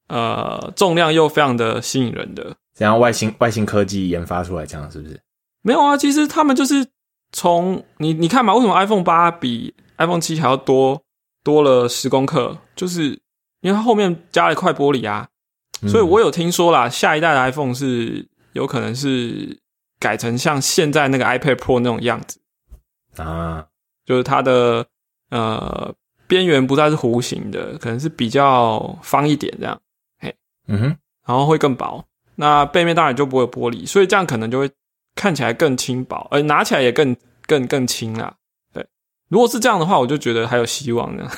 呃重量又非常的吸引人的。怎样外星外星科技研发出来这样是不是？没有啊，其实他们就是从你你看嘛，为什么 iPhone 八比 iPhone 七还要多多了十公克？就是因为它后面加了一块玻璃啊，嗯所以我有听说啦，下一代的 iPhone 是有可能是改成像现在那个 iPad Pro 那种样子，啊，就是它的呃边缘不再是弧形的，可能是比较方一点这样，嗯哼，然后会更薄。那背面当然就不会有玻璃，所以这样可能就会看起来更轻薄，而拿起来也更更更轻啦。对，如果是这样的话，我就觉得还有希望呢。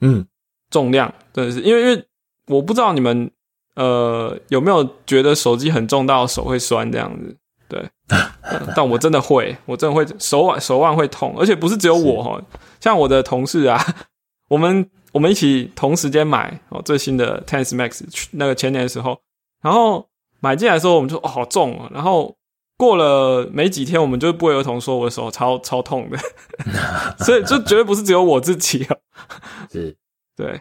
嗯，重量真的是，因为因为我不知道你们呃有没有觉得手机很重到手会酸这样子，对，呃但我真的会， 我真的会手腕手腕会痛，而且不是只有我哦，像我的同事啊，我们我们一起同时间买哦最新的 Ten S Max 去那个前年的时候，然后买进来的时候我们就哦好重哦，然后。过了没几天，我们就不约而同说我的手超超痛的， 所以就绝对不是只有我自己哦，是对，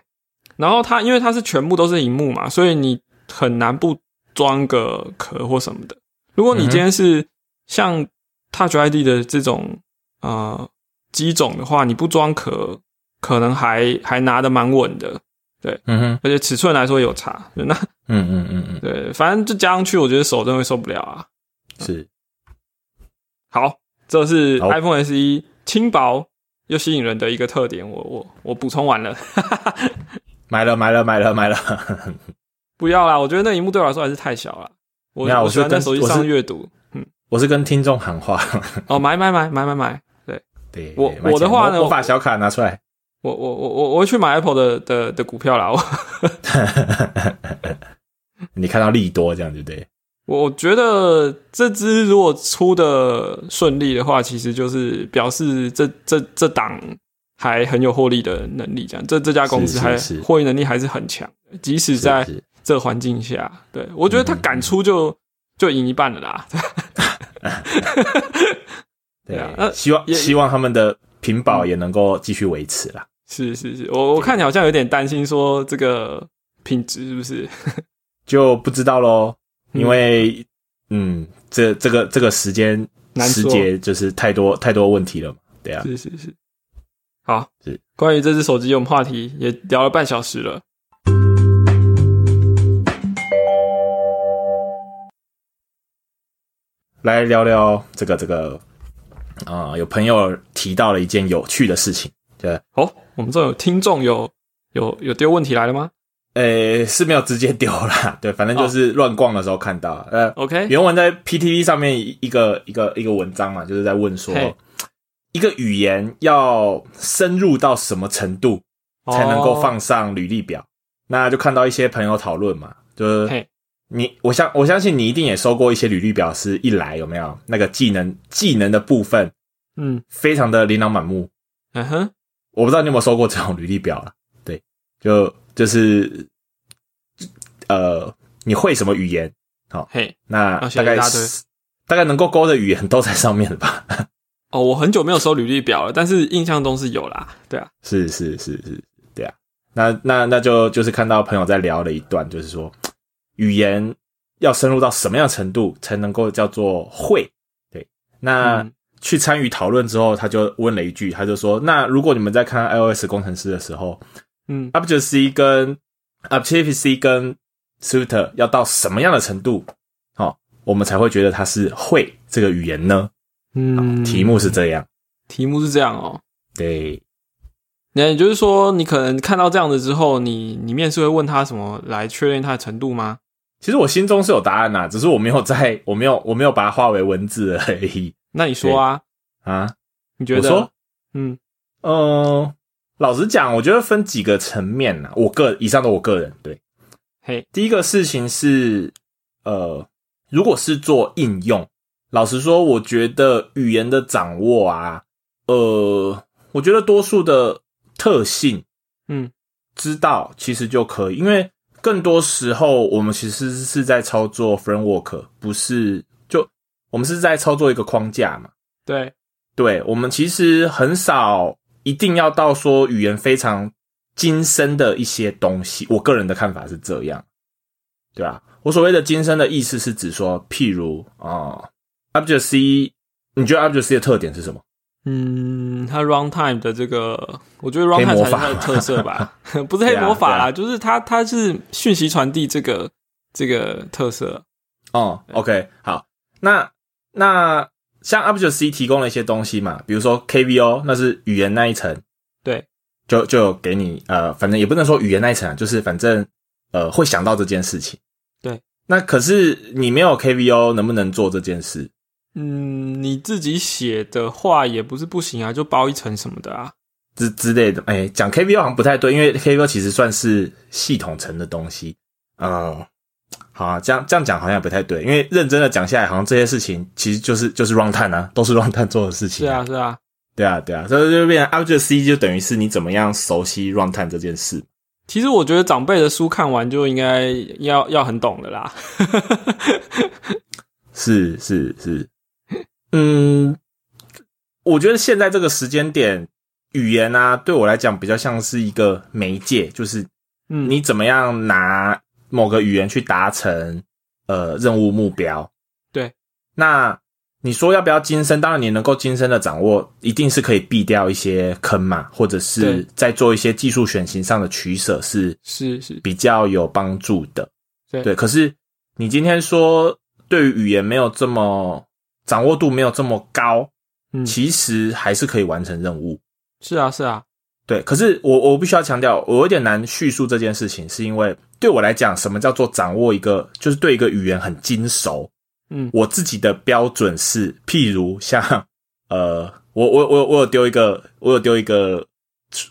然后它因为它是全部都是荧幕嘛，所以你很难不装个壳或什么的。如果你嗯哼今天是像 Touch ID 的这种呃机种的话，你不装壳，可能还还拿得蛮稳的，嗯哼，而且尺寸来说有差。那嗯嗯嗯嗯，对，反正就加上去，我觉得手真的会受不了啊。是好，这是好 iPhone SE 轻薄又吸引人的一个特点。我我我补充完了，买了买了买了买了， 不要啦，我觉得那荧幕对我来说还是太小了。我没有我喜是欢在跟手机我是上阅读。 嗯，我是跟听众喊话， 哦，买买买买买买，对，我买起来我的话呢魔我魔法小卡拿出来，我我我我我会去买 Apple 的的的股票啦。我你看到利多这样对不对？我觉得这支如果出的顺利的话，其实就是表示这这这档还很有获利的能力，这样这这家公司是还是是获利能力还是很强，即使在是是这环境下，对我觉得他敢出就就赢一半了啦。 对对啊那希望也啊希望他们的屏保也能够继续维持啦。是是是，我我看你好像有点担心，说这个品质是不是？就不知道喽，嗯因为嗯，这这个这个时间难时说节就是太多太多问题了嘛，对啊，是是是，好，是关于这只手机，我们话题也聊了半小时了。来聊聊这个这个啊、有朋友提到了一件有趣的事情，对，哦，我们这有听众有有有丢问题来了吗呃，是没有直接丢啦， 对，反正就是乱逛的时候看到，呃， ？OK，原文在 PTV 上面一个一个一个文章嘛，就是在问说嘿一个语言要深入到什么程度才能够放上履历表。那就看到一些朋友讨论嘛，就哦是嘿，你，我相我相信你一定也收过一些履历表，是一来有没有那个技能技能的部分嗯非常的琳琅满目。嗯哼，我不知道你有没有收过这种履历表了，对，就就是呃，你会什么语言？嘿，那要啊写大概一大堆是大概能够勾的语言都在上面了吧？哦，我很久没有收履历表了，但是印象中是有啦。对啊，是是是是，对啊。那那那就就是看到朋友在聊了一段，就是说语言要深入到什么样程度才能够叫做会？对，那、嗯去参与讨论之后，他就问了一句，他就说：“那如果你们在看 iOS 工程师的时候嗯， ，Objective C 跟 Objective C 跟 Suite 要到什么样的程度，哦，我们才会觉得它是会这个语言呢？”嗯，题目是这样，题目是这样哦。对，那也就是说，你可能看到这样的之后，你你面试会问他什么来确认他的程度吗？其实我心中是有答案呐、只是我没有在， 我没有，我没有把它化为文字而已那你说啊，啊。你觉我得？说嗯，嗯、老实讲，我觉得分几个层面呐、我个以上的我个人对，嘿，第一个事情是，呃，如果是做应用，老实说，我觉得语言的掌握啊，呃，我觉得多数的特性嗯，知道其实就可以，因为更多时候我们其实是在操作 framework，不是就我们是在操作一个框架嘛。对，对我们其实很少一定要到说语言非常精深的一些东西，我个人的看法是这样，对吧、我所谓的精深的意思是指说，譬如啊、o b j e c t C，你觉得 Object C 的特点是什么？嗯，它 runtime 的这个，我觉得 runtime 才黑魔是法它的特色 吧， 不是黑魔法啦，对啊就是它它是讯息传递这个这个特色。哦、o k 好，那那像 Object C 提供了一些东西嘛，比如说 KVO，那是语言那一层，对，就就有给你呃，反正也不能说语言那一层啊，就是反正呃会想到这件事情。对，那可是你没有 KVO，能不能做这件事？嗯，你自己写的话也不是不行啊，就包一层什么的啊。之之类的，哎、讲 KVO 好像不太对，因为 KVO 其实算是系统层的东西。嗯，好、啊，这样这样讲好像也不太对，因为认真的讲下来，好像这些事情其实就是就是 runtime 啊，都是 runtime 做的是事情、啊，是啊，对啊，对啊，所以就变成 Object C 就等于是你怎么样熟悉 runtime 这件事。其实我觉得长辈的书看完就应该要要很懂的啦。是是是， 嗯，我觉得现在这个时间点，语言啊，对我来讲比较像是一个媒介，就是嗯，你怎么样拿某个语言去达成呃任务目标。对，那你说要不要精深？当然，你能够精深的掌握，一定是可以避掉一些坑嘛，或者是对在做一些技术选型上的取舍是是是，比较有帮助的。对可是你今天说对于语言没有这么掌握度没有这么高，嗯，其实还是可以完成任务。是啊，是啊，对，可是我我必须要强调，我有点难叙述这件事情，是因为对我来讲，什么叫做掌握一个，就是对一个语言很精熟。嗯我自己的标准是，譬如像呃，我我我我有丢一个，我有丢一个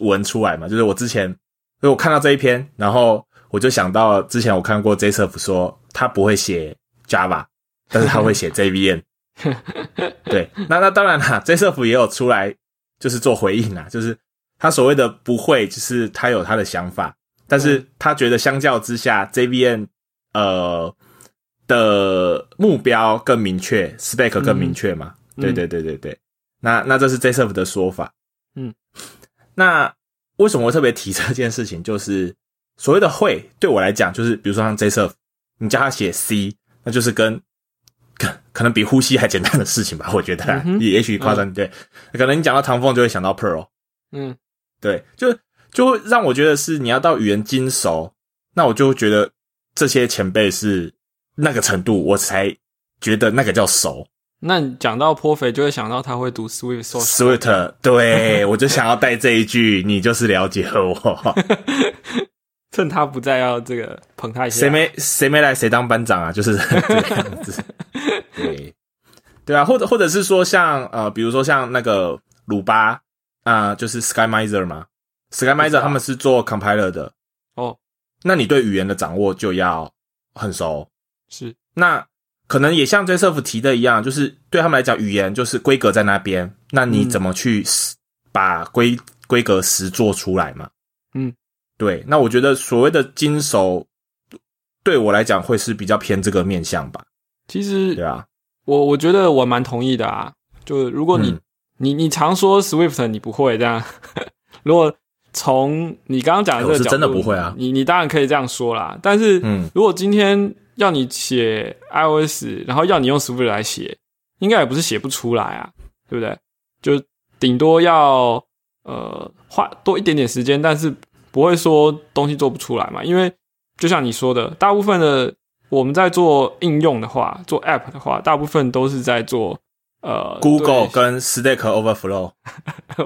文出来嘛，就是我之前，因为我看到这一篇，然后我就想到之前我看过 j s e f 说他不会写 Java，但是他会写 JVM。对， 那那当然啦 j s e f 也有出来就是做回应啦，就是他所谓的不会，就是他有他的想法，但是他觉得相较之下，JVM 呃的目标更明确，spec 更明确嗯嘛。对对对对对，那那这是 j s e f 的说法。嗯，那为什么我特别提这件事情，就是所谓的会对我来讲，就是比如说像 JSERF，你叫他写 C，那就是跟可可能比呼吸还简单的事情吧，我觉得啦、嗯哼也也许夸张、对，可能你讲到唐凤就会想到 Pearl，嗯对，就就会让我觉得是你要到语言精熟，那我就会觉得这些前辈是那个程度，我才觉得那个叫熟。那你讲到颇肥，就会想到他会读 Swift Source。 Sweet，对我就想要带这一句，你就是了解我。 趁他不在，要这个捧他一下。谁没谁没来谁当班长啊，就是这个 样子。对，对啊，或者或者是说像呃，比如说像那个鲁巴啊、呃就是 Sky Miser 嘛，Sky 不知 Miser 道他们是做 compiler 的，哦，那你对语言的掌握就要很熟。是那可能也像 Joseph 提的一样，就是对他们来讲，语言就是规格在那边，那你怎么去实把规规格实做出来嘛？嗯，对。那我觉得所谓的精熟，对我来讲会是比较偏这个面向吧，其实对啊，我我觉得我蛮同意的啊。就如果你、嗯你你常说 Swift 你不会这样， 如果从你刚刚讲的这哎我个是角度，真的不会啊你你当然可以这样说啦。但是，嗯如果今天要你写 iOS，然后要你用 Swift 来写，应该也不是写不出来啊，对不对？就顶多要呃花多一点点时间，但是不会说东西做不出来嘛，因为就像你说的，大部分的我们在做应用的话，做 App 的话，大部分都是在做呃，Google 对 跟 Stack Overflow，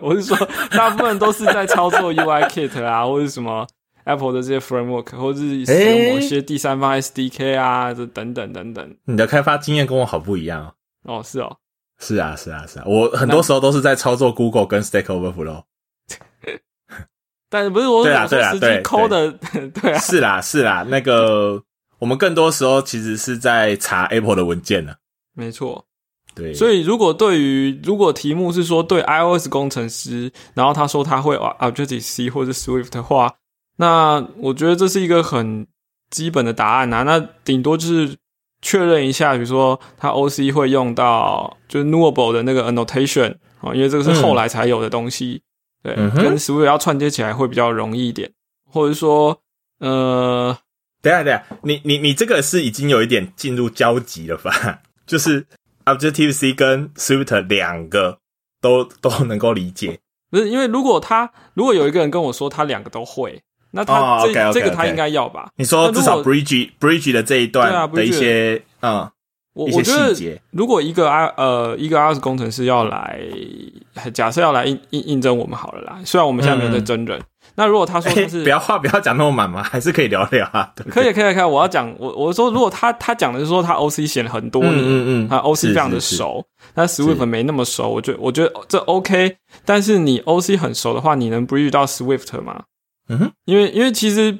我是说，大部分都是在操作 UI Kit 啊，或者什么 Apple 的这些 framework，或者是使用某些第三方 SDK 啊，这等等等等。你的开发经验跟我好不一样哦。哦，是哦，是啊，是啊，是啊，我很多时候都是在操作 Google 跟 Stack Overflow。但是不是我对啊我说对啊实际对抠的， 对啊，是啦，是啦，那个我们更多时候其实是在查 Apple 的文件呢、没错。对，所以如果对于如果题目是说对 iOS 工程师，然后他说他会啊 Objective C 或者 Swift 的话，那我觉得这是一个很基本的答案啊。那顶多就是确认一下，比如说他 OC 会用到就是 Nuable 的那个 annotation 哦，因为这个是后来才有的东西，嗯哼对，跟 Swift 要串接起来会比较容易一点，或者说呃，等一下等一下，你你你这个是已经有一点进入交集了吧？ 就是 Objective C 跟 Swift 两个都都能够理解，不是因为如果他如果有一个人跟我说他两个都会，那他哦这、 OK，OK，OK 这个他应该要吧？你那说如至果少 Bridge Bridge 的这一对啊段，Bridge 的一些嗯我一些我觉细得节，如果一个 I 呃一个 iOS 工程师要来，假设要来应应应征我们好了啦，虽然我们现在没有在真人，那如果他说嘿他是、嗯 不要话不要讲那么满嘛，还是可以聊聊啊。对不对可以可以可以，我要讲我我说如果他他讲的是说他 OC 写了很多年，嗯嗯嗯他 OC 是非常的是是熟，但 Swift 没那么熟，我觉得我觉得这 OK，但是你 OC 很熟的话，你能不遇到 Swift 吗？嗯哼，因为因为其实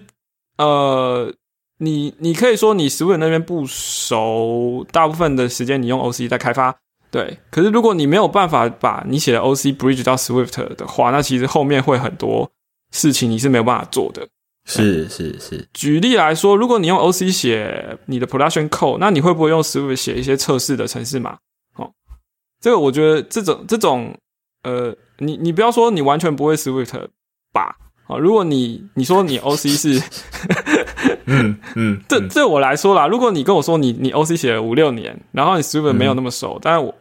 呃，你你可以说你 Swift 那边不熟，大部分的时间你用 OC 在开发。对，可是如果你没有办法把你写的 OC bridge 到 Swift 的话，那其实后面会很多事情你是没有办法做的。是是是，举例来说，如果你用 OC 写你的 production code，那你会不会用 Swift 写一些测试的程式码？哦，这个我觉得这种这种呃，你你不要说你完全不会 Swift 吧。哦，如果你你说你 OC 是嗯嗯，这嗯这我来说啦，如果你跟我说你你 OC 写了五六年，然后你 Swift 没有那么熟，但是我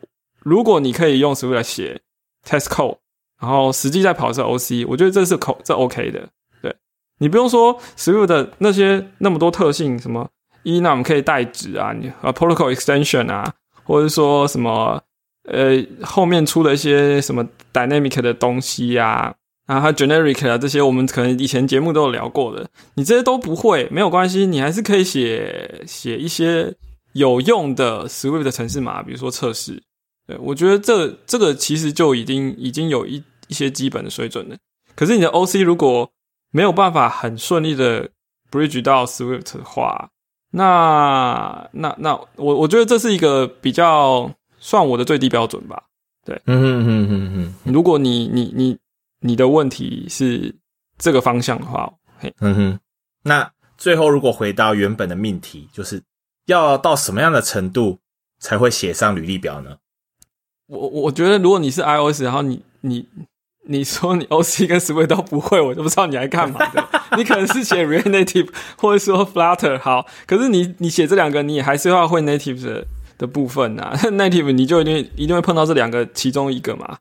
如果你可以用 Swift 来写 test code，然后实际在跑的是 OC，我觉得这是口这 OK 的。对你不用说 Swift 的那些那么多特性，什么 E enum 可以代指啊，你啊 protocol extension 啊，或者说什么呃后面出的一些什么 dynamic 的东西啊，然后还有 generic 啊这些，我们可能以前节目都有聊过的。你这些都不会没有关系，你还是可以写写一些有用的 Swift 的程式码，比如说测试。对我觉得这这个其实就已经已经有一一些基本的水准了。可是你的 OC 如果没有办法很顺利的 bridge 到 Swift 的话，那那那我我觉得这是一个比较算我的最低标准吧。嗯嗯嗯嗯嗯如果你你你你的问题是这个方向的话，嘿，嗯哼，那最后如果回到原本的命题，就是要到什么样的程度才会写上履历表呢？我我我觉得，如果你是 iOS，然后你你你说你 OC 跟 Swift 都不会，我就不知道你来干嘛的。你可能是写 React Native 或者说 Flutter 好，可是你你写这两个，你也还是要会 Native 的的部分呐、Native 你就一定一定会碰到这两个其中一个嘛。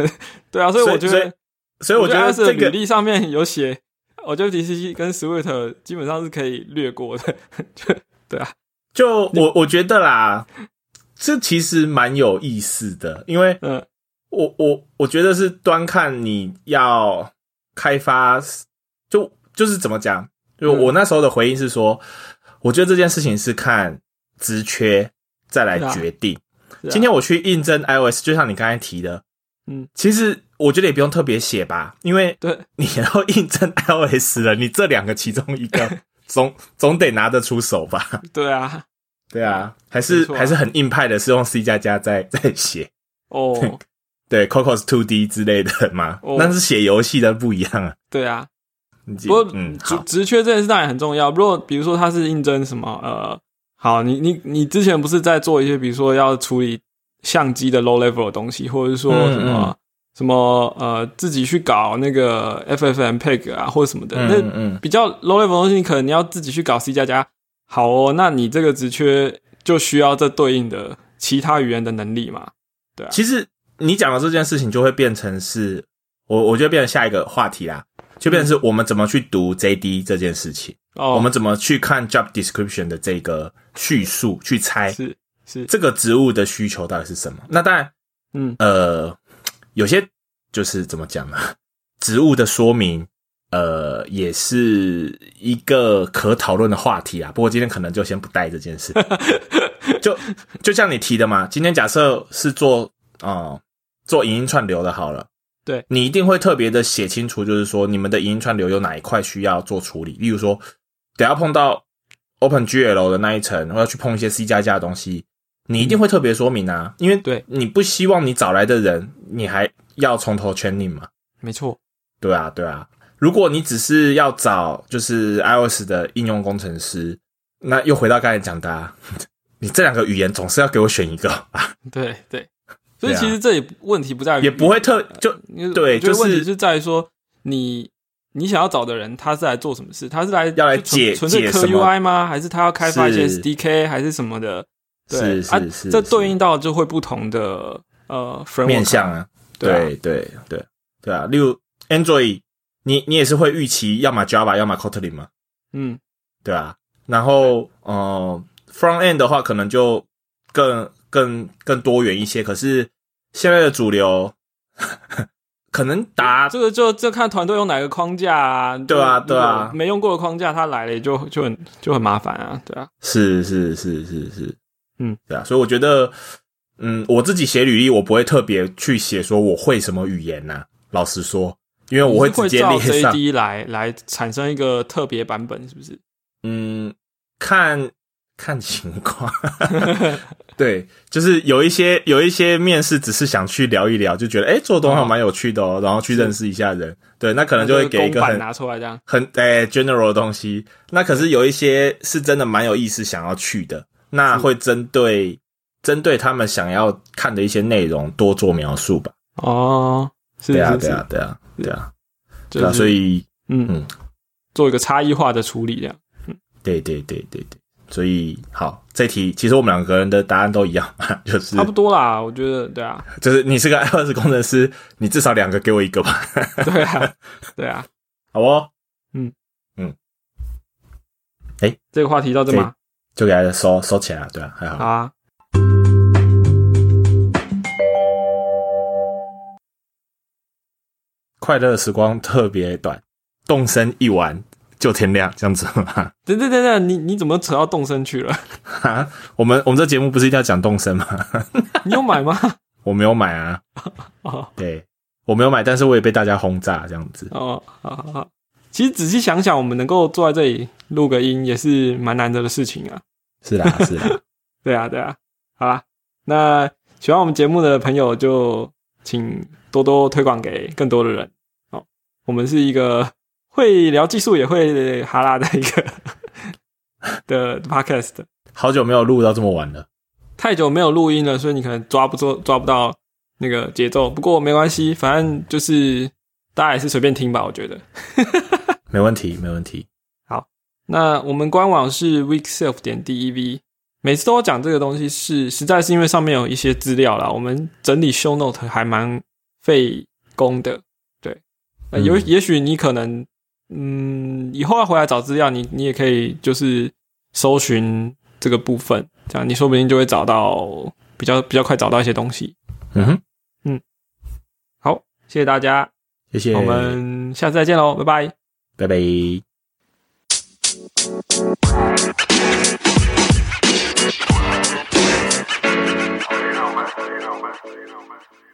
对啊，所以我觉所以得，所以我觉得得这履个历上面有写，我觉得 DCC 跟 Swift 基本上是可以略过的。 就我我觉得啦，这其实蛮有意思的，因为嗯我我我觉得是端看你要开发，就就是怎么讲，就嗯我那时候的回应是说，我觉得这件事情是看职缺再来是啊决定。是啊今天我去应征 iOS，就像你刚才提的，嗯，其实我觉得也不用特别写吧，因为对你要应征 iOS 了，你这两个其中一 个总总得拿得出手吧？对啊，对啊，还没是、错啊还是很硬派的，是用 C 加加在在写， 哦，对 Cocos Two D 之类的嘛，哦但是写游戏的不一样啊。对啊，你自己不过嗯，职好，职缺这件事当然很重要。如果比如说他是应征什么呃，好，你你你之前不是在做一些，比如说要处理相机的 low level 的东西，或者是说嗯什么、什么呃，自己去搞那个 FFmpeg 啊或者什么的，嗯嗯那嗯，比较 low level 的东西，你可能你要自己去搞 C 加加。好哦，那你这个职缺就需要这对应的其他语言的能力嘛？啊其实你讲的这件事情就会变成是，我我觉得变成下一个话题啦，就变成是我们怎么去读 JD 这件事情，哦，我们怎么去看 job description 的这个叙述，去猜是是这个职务的需求到底是什么。那当然，嗯呃，有些就是怎么讲呢？职务的说明，呃，也是一个可讨论的话题啊。不过今天可能就先不带这件事。就就像你提的嘛，今天假设是做啊、呃做影音串流的，好了。对你一定会特别的写清楚，就是说你们的影音串流有哪一块需要做处理。例如说，等下碰到 OpenGL 的那一层，或要去碰一些 C 加加的东西，你一定会特别说明啊，因为嗯对你不希望你找来的人，你还要从头 training 嘛？ 没错，对啊，对啊。如果你只是要找就是 iOS 的应用工程师，那又回到刚才讲的、啊， 你这两个语言总是要给我选一个啊吧， 对对。所以对啊其实这也问题不在于也不会特就因为对我觉得就是问题是在于说你你想要找的人，他是来做什么事？他是来要来就纯解纯粹解磕什么 UI 吗？还是他要开发一些是 SDK 还是什么的？对是是啊是，是这对应到就会不同的呃 framework 面向啊，对啊对对对对啊。例如 Android，你你也是会预期要么 Java，要么 Kotlin 嘛，嗯对啊。然后呃，Front End 的话，可能就更更更多元一些。可是现在的主流， 可能打这个就就看团队用哪个框架啊，对啊如对啊如果没用过的框架，他来了也就就很就很麻烦啊，对啊，是是是是是，嗯，对啊。所以我觉得，嗯，我自己写履历，我不会特别去写说我会什么语言呐、老实说，因为我你会是会直接照列上。 JD 来来产生一个特别版本，是不是？嗯，看看情况， 对，就是有一些有一些面试只是想去聊一聊，就觉得哎、诶做东西蛮有趣的哦，然后去认识一下人，对，那可能就会给一公个版啊很拿出来这样，很诶、general 的东西。那可是有一些是真的蛮有意思想要去的，那会针对针对他们想要看的一些内容多做描述吧。哦，是对啊，是对是啊，，对啊，对啊，就对啊，是所以嗯嗯，做一个差异化的处理，这样对对对对对，所以好，这题其实我们两个人的答案都一样， 就是差不多啦。我觉得，对 啊，就是你是个 iOS 工程师，你至少两个给我一个吧，对啊，对啊。好哦，这个话题到这吗？就给它收收起来了，对啊，还好。好啊，快乐时光特别短，动身一玩就天亮，这样子吗？等等等等，你你怎么扯到动身去了？ 哈 我们我们这节目不是一定要讲动身吗？ 你有买吗？ 我没有买啊，哦对我没有买，但是我也被大家轰炸这样子。哦，好好好。其实仔细想想，我们能够坐在这里录个音，也是蛮难得的事情啊。是 啦，是啦，对啊，对啊。好啦，那喜欢我们节目的朋友就请多多推广给更多的人。哦，我们是一个会聊技术也会哈拉的一个 的 podcast。好久没有录到这么晚了。太久没有录音了，所以你可能抓不住、抓不到那个节奏。不过没关系，反正就是大家也是随便听吧，我觉得。没问题，没问题。那我们官网是 weekself 点 dev，每次都要讲这个东西是，实在是因为上面有一些资料啦，我们整理 show note 还蛮费工的。对，那有、嗯也许你可能，嗯，以后要回来找资料，你你也可以就是搜寻这个部分，这样你说不定就会找到比较比较快找到一些东西。嗯哼，好，谢谢大家，谢谢，我们下次再见喽，拜拜。拜拜。 You know best. You know best. You know best.